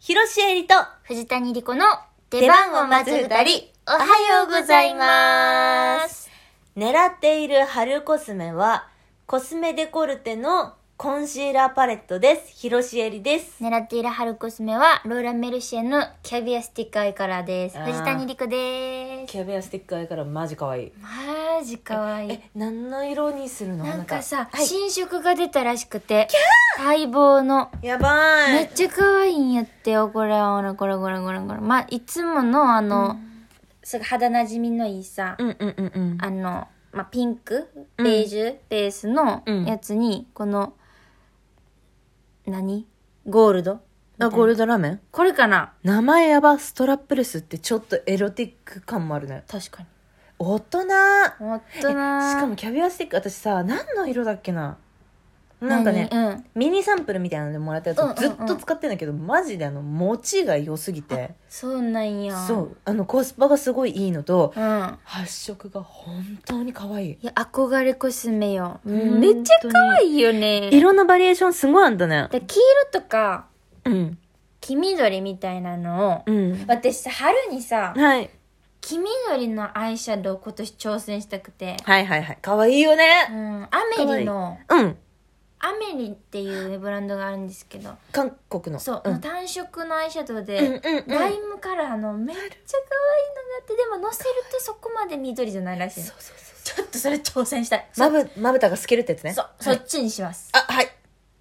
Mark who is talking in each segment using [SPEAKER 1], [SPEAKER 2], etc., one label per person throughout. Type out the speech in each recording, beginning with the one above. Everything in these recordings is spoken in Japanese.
[SPEAKER 1] 広瀬えりと
[SPEAKER 2] 藤谷莉子の出番を待つ二人、おはようございます。
[SPEAKER 1] 狙っている春コスメはコスメデコルテのコンシーラーパレットです広瀬えりです
[SPEAKER 2] 狙っている春コスメは、ローランメルシエのキャビアスティックアイカラーです。
[SPEAKER 1] あー
[SPEAKER 2] 藤谷莉子です。
[SPEAKER 1] キャビアスティックアイカラーマジ可愛い
[SPEAKER 2] マジかわいい
[SPEAKER 1] え。何の色にするの
[SPEAKER 2] なんかさ、
[SPEAKER 1] はい
[SPEAKER 2] 新色が出たらしくて、待望の。
[SPEAKER 1] やばい
[SPEAKER 2] めっちゃ可愛いんやってよ、これ、ほら、これ、これ、これ、これ。まあ、いつもの、あの、すごい肌馴染みのいいさ、
[SPEAKER 1] うんうんうんうん
[SPEAKER 2] あの、まあ、ピンク、
[SPEAKER 1] うん
[SPEAKER 2] ベージュ、ベースの
[SPEAKER 1] うん
[SPEAKER 2] やつに、この、何ゴールド
[SPEAKER 1] あゴールドラーメン
[SPEAKER 2] これかな
[SPEAKER 1] 名前やばストラップレスってちょっとエロティック感もあるね
[SPEAKER 2] 確かに。
[SPEAKER 1] 大人
[SPEAKER 2] おっ
[SPEAKER 1] え
[SPEAKER 2] とな
[SPEAKER 1] しかもキャビアスティック私さ何の色だっけななんかね
[SPEAKER 2] 何うん。
[SPEAKER 1] ミニサンプルみたいなのでもらったや
[SPEAKER 2] うんうんうん
[SPEAKER 1] つずっと使ってんだけど、マジであの持ちが良すぎて
[SPEAKER 2] そうなんや。
[SPEAKER 1] そ。うあのコスパがすごいいいのと
[SPEAKER 2] うん。
[SPEAKER 1] 発色が本当に可愛い
[SPEAKER 2] いや、憧れコスメよ。
[SPEAKER 1] ん
[SPEAKER 2] めっちゃ可愛いよね。
[SPEAKER 1] 色のバリエーションすごいあんだね
[SPEAKER 2] で黄色とか、
[SPEAKER 1] うん
[SPEAKER 2] 黄緑みたいなのを、
[SPEAKER 1] うん
[SPEAKER 2] 私さ、春にさ、
[SPEAKER 1] はい
[SPEAKER 2] 黄緑のアイシャドウ今年挑戦したくて、
[SPEAKER 1] はいはいはい可愛いよ
[SPEAKER 2] う
[SPEAKER 1] ね
[SPEAKER 2] ん、アメリの、
[SPEAKER 1] うん
[SPEAKER 2] アメリっていうブランドがあるんですけど、
[SPEAKER 1] 韓国の
[SPEAKER 2] そう、
[SPEAKER 1] うん
[SPEAKER 2] 単色のアイシャドウ
[SPEAKER 1] うん
[SPEAKER 2] で、
[SPEAKER 1] うんうん
[SPEAKER 2] ライムカラーのめっちゃ可愛いのがあって、でも乗せるとそこまで緑じゃないらしいの
[SPEAKER 1] そうそうそう
[SPEAKER 2] ちょっとそれ挑戦したい。
[SPEAKER 1] まぶまぶたが透けるってやつね
[SPEAKER 2] そ、そ
[SPEAKER 1] はい
[SPEAKER 2] っちにします。
[SPEAKER 1] あはい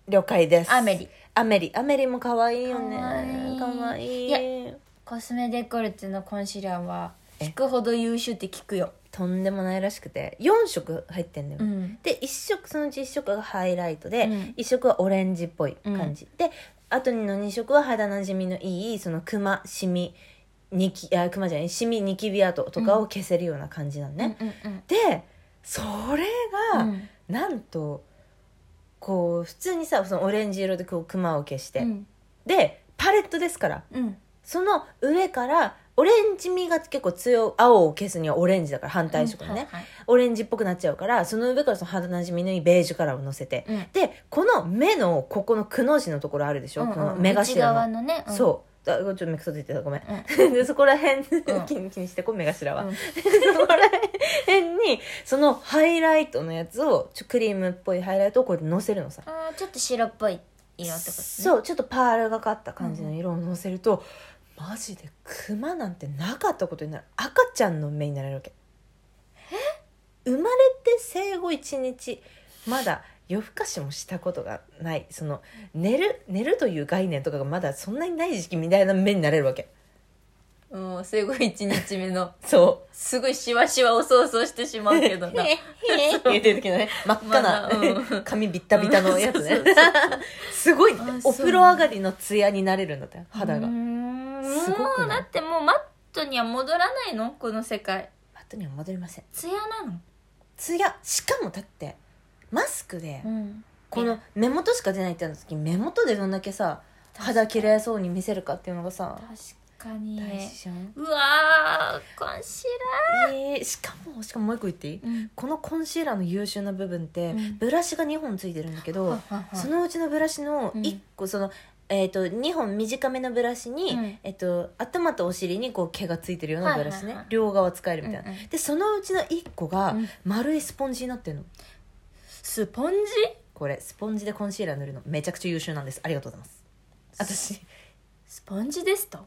[SPEAKER 1] 了解です
[SPEAKER 2] アメリ
[SPEAKER 1] アメリアメリも可愛いよね
[SPEAKER 2] 可愛い
[SPEAKER 1] 可愛い
[SPEAKER 2] いやコスメデコルテのコンシーラーは
[SPEAKER 1] え
[SPEAKER 2] 聞くほど優秀って聞くよ。
[SPEAKER 1] とんでもないらしくて4色入ってんだよ、
[SPEAKER 2] うん。
[SPEAKER 1] で1色そのうち1色がハイライトで、
[SPEAKER 2] うん
[SPEAKER 1] 1色はオレンジっぽい感じ、であとの2色は肌なじみのいいそのクマシミニキあクマじゃないシミニキビ跡とかを消せるような感じなのね、
[SPEAKER 2] うんうん
[SPEAKER 1] でそれ
[SPEAKER 2] う
[SPEAKER 1] が、
[SPEAKER 2] ん。うん
[SPEAKER 1] なんとこう普通にさそのオレンジ色でこうクマを消して、
[SPEAKER 2] うん
[SPEAKER 1] でパレットですから
[SPEAKER 2] うん。
[SPEAKER 1] その上からオレンジ味が結構強い青を消すにはオレンジだから反対色のね、
[SPEAKER 2] はいはい
[SPEAKER 1] オレンジっぽくなっちゃうからその上からその肌なじみのいいベージュカラーをのせて、
[SPEAKER 2] うん
[SPEAKER 1] でこの目のここのくの字のところあるでしょ、
[SPEAKER 2] うんうん
[SPEAKER 1] この目
[SPEAKER 2] 内
[SPEAKER 1] 頭
[SPEAKER 2] 側
[SPEAKER 1] の、
[SPEAKER 2] のね。うん
[SPEAKER 1] そうあちょっと目くそついてたごめん、
[SPEAKER 2] う
[SPEAKER 1] でそこら辺、
[SPEAKER 2] ん
[SPEAKER 1] 気に気にしてこう目頭は、
[SPEAKER 2] うん
[SPEAKER 1] そこら辺にそのハイライトのやつをちょクリームっぽいハイライトをこうやってのせるのさ
[SPEAKER 2] あーちょっと白っぽい色ってことね。
[SPEAKER 1] そうちょっとパールがかった感じの色をのせると、マジでクマなんてなかったことになる赤ちゃんの目になれるわけ生まれて生後1日まだ夜更かしもしたことがないその寝る寝るという概念とかがまだそんなにない時期みたいな目になれるわけ
[SPEAKER 2] もうすごい一日目の
[SPEAKER 1] そう
[SPEAKER 2] すごいシワシワを想像してしまうけど な
[SPEAKER 1] 言ってる時のね真っ赤な、
[SPEAKER 2] まだう
[SPEAKER 1] 髪ビッタビタのやつね すごいんだって
[SPEAKER 2] あそう
[SPEAKER 1] お風呂上がりのツヤになれるんだって肌が
[SPEAKER 2] うー
[SPEAKER 1] マッ
[SPEAKER 2] ん
[SPEAKER 1] すごくない
[SPEAKER 2] もうだってもうマットには戻らないのこの世界
[SPEAKER 1] トには戻りません
[SPEAKER 2] ツヤなの
[SPEAKER 1] ツヤしかもだってマスクで
[SPEAKER 2] うん
[SPEAKER 1] この目元しか出ないってなった時目元でどんだけさ肌綺麗そうに見せるかっていうのがさ
[SPEAKER 2] 確かに
[SPEAKER 1] 大事じゃん、
[SPEAKER 2] うわーコンシ
[SPEAKER 1] えーしかもしかももう一個言っていい、
[SPEAKER 2] ーラー、うん
[SPEAKER 1] このコンシーラーの優秀な部分って、
[SPEAKER 2] うん
[SPEAKER 1] ブラシが2本ついてるんだけど、そ
[SPEAKER 2] そ
[SPEAKER 1] のうちのブラシの1個、その、えー、と2本短めのブラシに、
[SPEAKER 2] うん
[SPEAKER 1] えっと頭とお尻にこう毛がついてるようなブラシね、
[SPEAKER 2] はいはいはい
[SPEAKER 1] 両側使えるみたいな、
[SPEAKER 2] うんうん
[SPEAKER 1] でそのうちの1個が
[SPEAKER 2] うん
[SPEAKER 1] 丸いスポンジになってるの、
[SPEAKER 2] スポンジ
[SPEAKER 1] これスポンジでコンシーラー塗るのめちゃくちゃ優秀なんですありがとうございます私
[SPEAKER 2] スポンジですと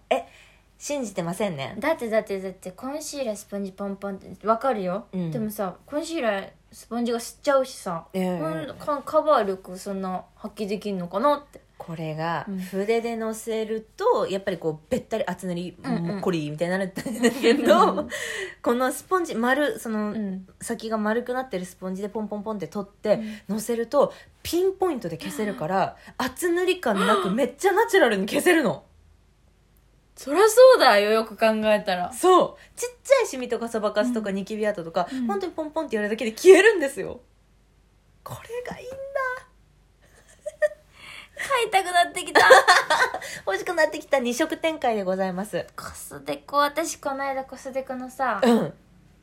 [SPEAKER 1] 信じてませんね
[SPEAKER 2] だってだってだってコンシーラースポンジポンポンってわかるよ、
[SPEAKER 1] うん
[SPEAKER 2] でもさコンシーラースポンジが吸っちゃうしさ、
[SPEAKER 1] ええ
[SPEAKER 2] ほんかカバー力そんな発揮できんのかなって
[SPEAKER 1] これが
[SPEAKER 2] うん
[SPEAKER 1] 筆でのせるとやっぱりこうべったり厚塗り
[SPEAKER 2] うんうん
[SPEAKER 1] もっこりみたいになるんだけど、
[SPEAKER 2] うん
[SPEAKER 1] このスポンジ丸その
[SPEAKER 2] うん
[SPEAKER 1] 先が丸くなってるスポンジでポンポンポンって取って
[SPEAKER 2] うん
[SPEAKER 1] のせるとピンポイントで消せるから厚塗り感なくめっちゃナチュラルに消せるの
[SPEAKER 2] そりゃそうだよよく考えたら
[SPEAKER 1] そうちっちゃいシミとかそばかすとかニキビ跡とか、
[SPEAKER 2] うん
[SPEAKER 1] 本当にポンポンってやるだけで消えるんですよこれがいいんだ
[SPEAKER 2] 買いたくなってき た
[SPEAKER 1] 欲しくなってきた二色展開でございます
[SPEAKER 2] コスデコ私この間コスデコのさ
[SPEAKER 1] うん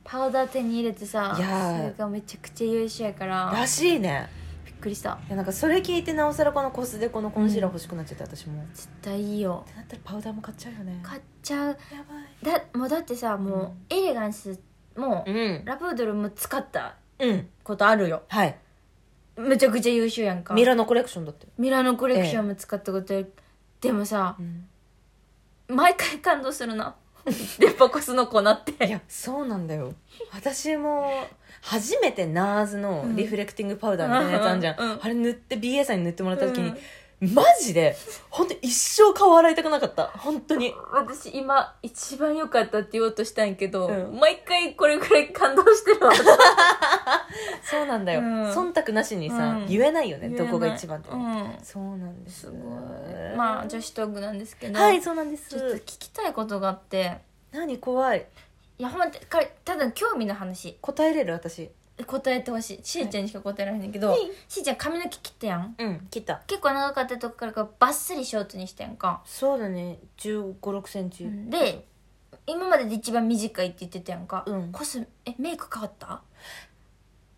[SPEAKER 2] パウダー手に入れてさ
[SPEAKER 1] いやー
[SPEAKER 2] それがめちゃくちゃ優秀やから
[SPEAKER 1] らしいね
[SPEAKER 2] びっくりした
[SPEAKER 1] いやなんかそれ聞いてなおさらこのコスデコのコンシーラー欲しくなっちゃって私も、っ
[SPEAKER 2] 絶対いいよ
[SPEAKER 1] てなったらパウダーも買っちゃうよね
[SPEAKER 2] 買っちゃう
[SPEAKER 1] やばい
[SPEAKER 2] だもうだってさもうエレガンスも
[SPEAKER 1] うん
[SPEAKER 2] ラプードルも使った
[SPEAKER 1] うん
[SPEAKER 2] ことあるよ
[SPEAKER 1] はい
[SPEAKER 2] めちゃくちゃ優秀やんか
[SPEAKER 1] ミラノコレクションだって、
[SPEAKER 2] ミラノコレクションも使ったことあるでもさ
[SPEAKER 1] うん、
[SPEAKER 2] 毎回感動するな デパコスの粉っ
[SPEAKER 1] い
[SPEAKER 2] て
[SPEAKER 1] やそうなんだよ私も初めて NARS のリフレクティングパウダーみたいなやつあんじゃん、
[SPEAKER 2] うんうんうん
[SPEAKER 1] あれ塗って BA さんに塗ってもらった時に、マジで本当一生顔洗いたくなかった本当に
[SPEAKER 2] 私今一番良かったって言おうとしたんやけど、
[SPEAKER 1] うん
[SPEAKER 2] 毎回これくらい感動して るわ
[SPEAKER 1] そうなんだよ、
[SPEAKER 2] うん
[SPEAKER 1] 忖度なしにさ、
[SPEAKER 2] うん
[SPEAKER 1] 言えないよねどこが一番ってね、
[SPEAKER 2] うん
[SPEAKER 1] そうなんです
[SPEAKER 2] すごいまあ女子トークなんですけど、
[SPEAKER 1] はいそうなんで
[SPEAKER 2] ちょっと
[SPEAKER 1] す
[SPEAKER 2] 聞きたいことがあって
[SPEAKER 1] 何怖い
[SPEAKER 2] いやほんまこれただ興味の話
[SPEAKER 1] 答えれる私
[SPEAKER 2] 答えてほしいしーちゃんにしか答えられないんだけど、
[SPEAKER 1] はい
[SPEAKER 2] しーちゃん髪の毛切ったやん
[SPEAKER 1] うん切った
[SPEAKER 2] 結構長かったとこからこうバッサリショートにしたやんか、
[SPEAKER 1] そうだね1 5 6センチ、
[SPEAKER 2] で今までで一番短いって言ってたやんか、
[SPEAKER 1] うん
[SPEAKER 2] コスえメイク変わった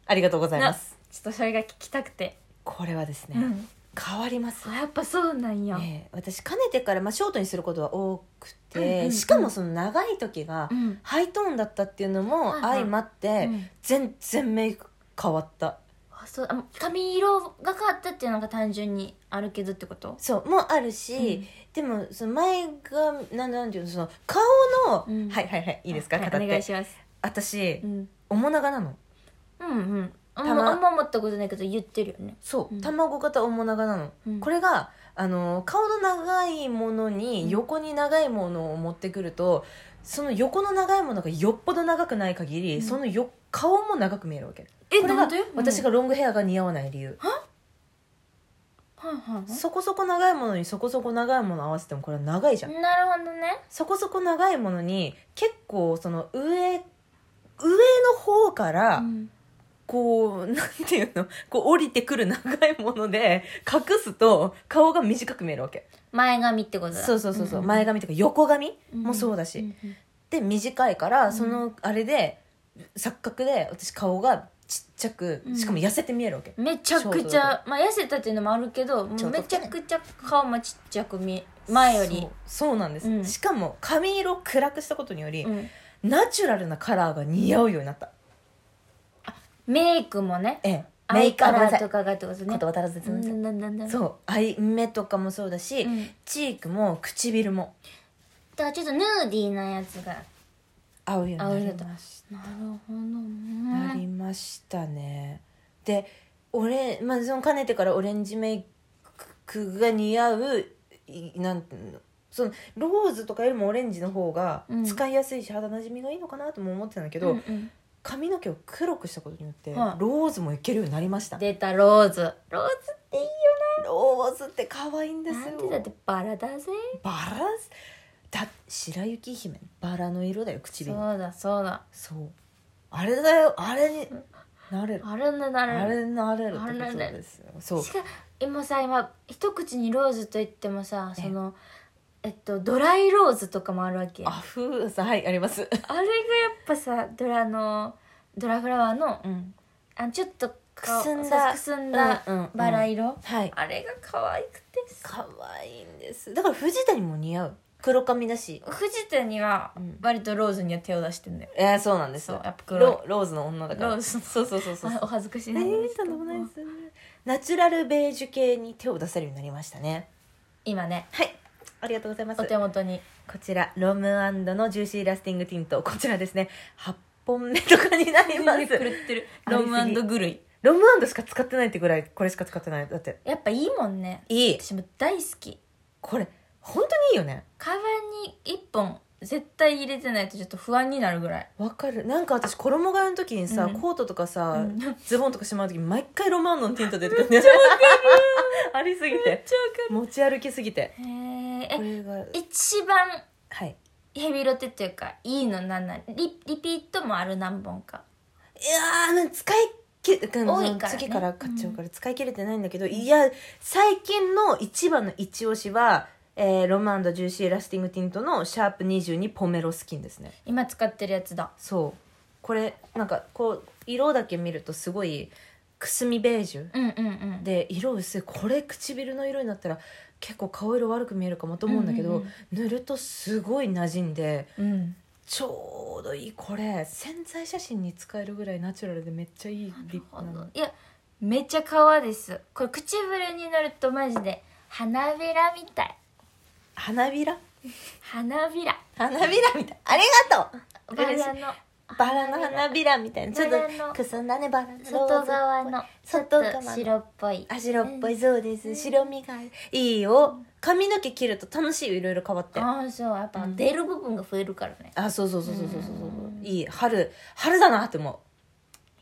[SPEAKER 1] ありがとうござい
[SPEAKER 2] な
[SPEAKER 1] ま
[SPEAKER 2] ちょ
[SPEAKER 1] す
[SPEAKER 2] っとそれが聞きたくて、
[SPEAKER 1] これはですね、
[SPEAKER 2] うん
[SPEAKER 1] 変わります
[SPEAKER 2] あやっぱそうなんや、
[SPEAKER 1] ええ私かねてから、まあ、ショートにすることは多くて、
[SPEAKER 2] うんうんうん
[SPEAKER 1] しかもその長い時が
[SPEAKER 2] うん
[SPEAKER 1] ハイトーンだったっていうの
[SPEAKER 2] は
[SPEAKER 1] も
[SPEAKER 2] いはい
[SPEAKER 1] 相まって、
[SPEAKER 2] うん
[SPEAKER 1] 全然メイク変わった
[SPEAKER 2] あそうあ髪色が変わったっていうのが単純にあるけどってこと
[SPEAKER 1] そうもあるし、でもその前がなんなんていうのその顔の、
[SPEAKER 2] うん
[SPEAKER 1] はいはいはいいいですか、
[SPEAKER 2] は
[SPEAKER 1] 語っ
[SPEAKER 2] お願い
[SPEAKER 1] て
[SPEAKER 2] します、
[SPEAKER 1] 私
[SPEAKER 2] うん、
[SPEAKER 1] おもながなの
[SPEAKER 2] うんうんあん
[SPEAKER 1] たま
[SPEAKER 2] まあんま思ったことないけど言ってるよね
[SPEAKER 1] そう、
[SPEAKER 2] うん
[SPEAKER 1] 卵型おもながなの、
[SPEAKER 2] うん
[SPEAKER 1] これがあの顔の長いもの
[SPEAKER 2] うん
[SPEAKER 1] に横に長いものを持ってくるとその横の長いものがよっぽど長くない限り、
[SPEAKER 2] うん
[SPEAKER 1] そのよ顔も長く見えるわけ
[SPEAKER 2] え
[SPEAKER 1] これ
[SPEAKER 2] な
[SPEAKER 1] が
[SPEAKER 2] んで
[SPEAKER 1] 私がロングヘアが似合わない理由、
[SPEAKER 2] はいはい
[SPEAKER 1] そこそこ長いものにそこそこ長いもの合わせてもこれは長いじゃん、
[SPEAKER 2] なるほどね
[SPEAKER 1] そこそこ長いものに結構その上上の方から、
[SPEAKER 2] うん
[SPEAKER 1] こう、なんていうのこう降りてくる長いもので隠すと顔が短く見えるわけ。
[SPEAKER 2] 前髪ってことだ
[SPEAKER 1] そうそうそうそう。
[SPEAKER 2] んん
[SPEAKER 1] 前髪とか横髪もそうだし。
[SPEAKER 2] んうん
[SPEAKER 1] で、短いから、
[SPEAKER 2] ん
[SPEAKER 1] そのあれで、錯覚で私顔がちっちゃく
[SPEAKER 2] う、ん
[SPEAKER 1] しかも痩せて見えるわけ。
[SPEAKER 2] めちゃくちゃまあ痩せたっていうのもあるけどもう
[SPEAKER 1] ちょうど
[SPEAKER 2] めちゃくちゃ顔もちっちゃく見え前より
[SPEAKER 1] そう。そうなんです。
[SPEAKER 2] うん
[SPEAKER 1] しかも髪色を暗くしたことにより、
[SPEAKER 2] うん
[SPEAKER 1] ナチュラルなカラーが似合うようになった。
[SPEAKER 2] メイクもね
[SPEAKER 1] ええ。
[SPEAKER 2] アイカ
[SPEAKER 1] ごめん
[SPEAKER 2] ラ
[SPEAKER 1] なさ
[SPEAKER 2] ーと
[SPEAKER 1] い
[SPEAKER 2] かがってことね
[SPEAKER 1] 言葉足らずです
[SPEAKER 2] う
[SPEAKER 1] いません
[SPEAKER 2] んだんだんだんだん
[SPEAKER 1] そう。アイ目とかもそうだし、
[SPEAKER 2] うんだ
[SPEAKER 1] チークも唇も
[SPEAKER 2] からちょっとヌーディーなやつが
[SPEAKER 1] 合うようになりました。
[SPEAKER 2] なるほど
[SPEAKER 1] なり
[SPEAKER 2] ね
[SPEAKER 1] ましたねで俺、まあ、そのかねてからオレンジメイクが似合ういなんていうのそのローズとかよりもオレンジの方が
[SPEAKER 2] うん
[SPEAKER 1] 使いやすいし、肌なじみがいいのかなとも思ってたんだけど、
[SPEAKER 2] うんうん
[SPEAKER 1] 髪の毛を黒くしたことによって、
[SPEAKER 2] はい
[SPEAKER 1] ローズもいけるようになりましたロ
[SPEAKER 2] 出たローズローズっていいよ
[SPEAKER 1] ーズって可愛いんです
[SPEAKER 2] なん
[SPEAKER 1] よ
[SPEAKER 2] でだってバラだぜ
[SPEAKER 1] バランスだ白雪姫バラの色だよ
[SPEAKER 2] そ
[SPEAKER 1] 唇
[SPEAKER 2] うだそうだ
[SPEAKER 1] そうあれだよあれになれる
[SPEAKER 2] あれねな
[SPEAKER 1] あ
[SPEAKER 2] る
[SPEAKER 1] れになれるってこ
[SPEAKER 2] あ
[SPEAKER 1] と
[SPEAKER 2] れね
[SPEAKER 1] ですよそう
[SPEAKER 2] しか今さ今一口にローズと言ってもさそのえっとドライローズとかもあるわけ
[SPEAKER 1] ア
[SPEAKER 2] あ
[SPEAKER 1] フさはいあります。
[SPEAKER 2] れがやっぱさドラのドラフラワーの
[SPEAKER 1] うん。
[SPEAKER 2] あちょっと
[SPEAKER 1] く
[SPEAKER 2] 顔
[SPEAKER 1] すんだ
[SPEAKER 2] そうくすんだ
[SPEAKER 1] うんうん
[SPEAKER 2] バラ色、
[SPEAKER 1] はい。
[SPEAKER 2] あれが可愛くてさ
[SPEAKER 1] 可愛いんです。だから藤谷も似合う。黒髪だし。
[SPEAKER 2] 藤谷は
[SPEAKER 1] うん
[SPEAKER 2] 割とローズには手を出してんだよ、
[SPEAKER 1] えー、そうなんです
[SPEAKER 2] そう
[SPEAKER 1] よ。
[SPEAKER 2] やっぱ黒い
[SPEAKER 1] ロローズの女だから。
[SPEAKER 2] ローズ
[SPEAKER 1] そうそうそうそう。
[SPEAKER 2] あお恥ずかし
[SPEAKER 1] え
[SPEAKER 2] いな
[SPEAKER 1] ー、とんでもないです。ナチュラルベージュ系に手を出せるようになりましたね。
[SPEAKER 2] 今ね
[SPEAKER 1] はい。ありがとうございます。
[SPEAKER 2] お手元に
[SPEAKER 1] こちらロムアンドのジューシーラスティングティントこちらですね8本目とかになります
[SPEAKER 2] 狂ってるロムアンドグルイ
[SPEAKER 1] ロムアンドしか使ってないってぐらいこれしか使ってないだって
[SPEAKER 2] やっぱいいもんね
[SPEAKER 1] いい
[SPEAKER 2] 私も大好き
[SPEAKER 1] これ本当にいいよね
[SPEAKER 2] カバンに一本絶対入れてないとちょっと不安になるぐらい
[SPEAKER 1] わかるなんか私衣替えの時にさ、
[SPEAKER 2] うん
[SPEAKER 1] コートとかさ、
[SPEAKER 2] うん
[SPEAKER 1] ズボンとかしまう時毎回ロマンドのティント出 てくるんだよね ありすぎて持ち歩きすぎて
[SPEAKER 2] へ
[SPEAKER 1] こ
[SPEAKER 2] ーえ
[SPEAKER 1] れが
[SPEAKER 2] 一番
[SPEAKER 1] はい
[SPEAKER 2] ヘビロテっていうかいいのなんなんリリピートもある何本か
[SPEAKER 1] いやーなんか使い切れ
[SPEAKER 2] 多いからね
[SPEAKER 1] 次から買っちゃうから使い切れてないんだけど、いや最近の一番の一押しは、えーロマンドジューシーラスティングティントのシャープ22ポメロスキンですね
[SPEAKER 2] 今使ってるやつだ
[SPEAKER 1] そうこれなんかこう色だけ見るとすごいくすみベージュ
[SPEAKER 2] うんうんうん
[SPEAKER 1] で色薄いこれ唇の色になったら結構顔色悪く見えるかもと思うんだけど、
[SPEAKER 2] うんうん
[SPEAKER 1] 塗るとすごい馴染んで
[SPEAKER 2] うん
[SPEAKER 1] ちょうどいいこれ潜在写真に使えるぐらいナチュラルでめっちゃいいリップなの
[SPEAKER 2] いやめっちゃ皮ですこれ唇になるとマジで花びらみたい
[SPEAKER 1] 花びら
[SPEAKER 2] 花びら
[SPEAKER 1] 花びらみたいありがとう
[SPEAKER 2] バラの
[SPEAKER 1] 嬉しいバラの花びらみたいなちょっ
[SPEAKER 2] バラの
[SPEAKER 1] とくすんだねバラの
[SPEAKER 2] 外側のちょっ
[SPEAKER 1] 外
[SPEAKER 2] と
[SPEAKER 1] 側の
[SPEAKER 2] 白っぽい
[SPEAKER 1] あ白っぽいそうです、白みがあるいいよ髪の毛切ると楽しいよいろいろ変わって
[SPEAKER 2] ああそうやっぱ出る部分が増えるからね、
[SPEAKER 1] あそうそうそうそうそうそうそういい春春だなって思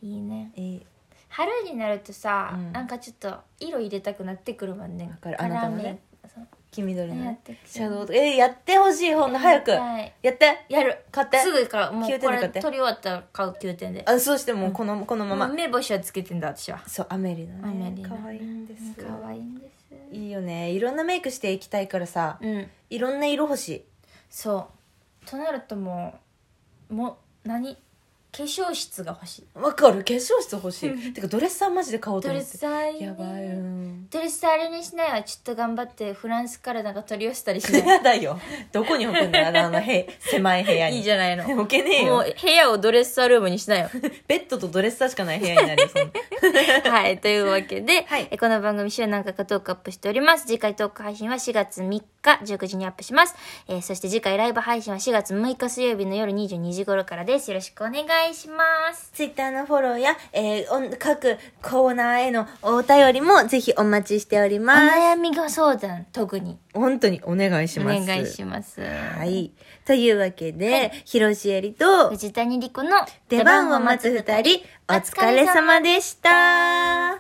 [SPEAKER 2] いいね
[SPEAKER 1] ういい
[SPEAKER 2] 春になるとさ、
[SPEAKER 1] うん
[SPEAKER 2] なんかちょっと色入れたくなってくるもんね
[SPEAKER 1] わかるあなたもね
[SPEAKER 2] そう
[SPEAKER 1] 黄緑
[SPEAKER 2] や
[SPEAKER 1] の
[SPEAKER 2] ってきて
[SPEAKER 1] シャドウとえーやってほしいほんと早くや
[SPEAKER 2] はい
[SPEAKER 1] って
[SPEAKER 2] やる
[SPEAKER 1] 買って
[SPEAKER 2] すぐからも
[SPEAKER 1] 9点で
[SPEAKER 2] うこ
[SPEAKER 1] 買
[SPEAKER 2] れ
[SPEAKER 1] って
[SPEAKER 2] 取り終わったら買う9点で
[SPEAKER 1] あそうしてもうこのこのまま
[SPEAKER 2] もう目星はつけてんだ私は
[SPEAKER 1] そうアメリの
[SPEAKER 2] アメ
[SPEAKER 1] ね
[SPEAKER 2] リの
[SPEAKER 1] 可愛いんですよ
[SPEAKER 2] 可愛いんです
[SPEAKER 1] いいよねいろんなメイクしていきたいからさ
[SPEAKER 2] うん
[SPEAKER 1] いろんな色欲しい
[SPEAKER 2] そうとなるともうもう何化粧室が欲しい
[SPEAKER 1] わかる化粧室欲しいてかドレッサーマジで買おうと
[SPEAKER 2] ド
[SPEAKER 1] 思
[SPEAKER 2] レ
[SPEAKER 1] って
[SPEAKER 2] スサーいいね
[SPEAKER 1] やばいうん
[SPEAKER 2] ドレスサーあれにしないわちょっと頑張ってフランスからなんか取り寄せたりしな
[SPEAKER 1] やだよどこに置くんだよあのあのへ狭い部屋
[SPEAKER 2] い
[SPEAKER 1] に
[SPEAKER 2] いいじゃないの
[SPEAKER 1] 置けねえ
[SPEAKER 2] も
[SPEAKER 1] よ
[SPEAKER 2] う部屋をドレッサールームにしないよ
[SPEAKER 1] ベッドとドレッサーしかない部屋になるよそんな
[SPEAKER 2] はいというわけで、
[SPEAKER 1] はい
[SPEAKER 2] えこの番組週何回かトークアップしております次回トーク配信は4月3日19時にアップします、えーそして次回ライブ配信は4月6日水曜日の夜22時頃からですよろしくお願いします
[SPEAKER 1] ツイッターのフォローや、えーおん各コーナーへのお便りもぜひお待ちしており
[SPEAKER 2] お
[SPEAKER 1] ます。
[SPEAKER 2] 悩みご相談特に
[SPEAKER 1] 本当にお願いし
[SPEAKER 2] お
[SPEAKER 1] ます。
[SPEAKER 2] 願いします
[SPEAKER 1] はい。というわけで、広瀬えりと
[SPEAKER 2] 藤谷莉子の
[SPEAKER 1] 出番を待つ二人、お疲れ様でした。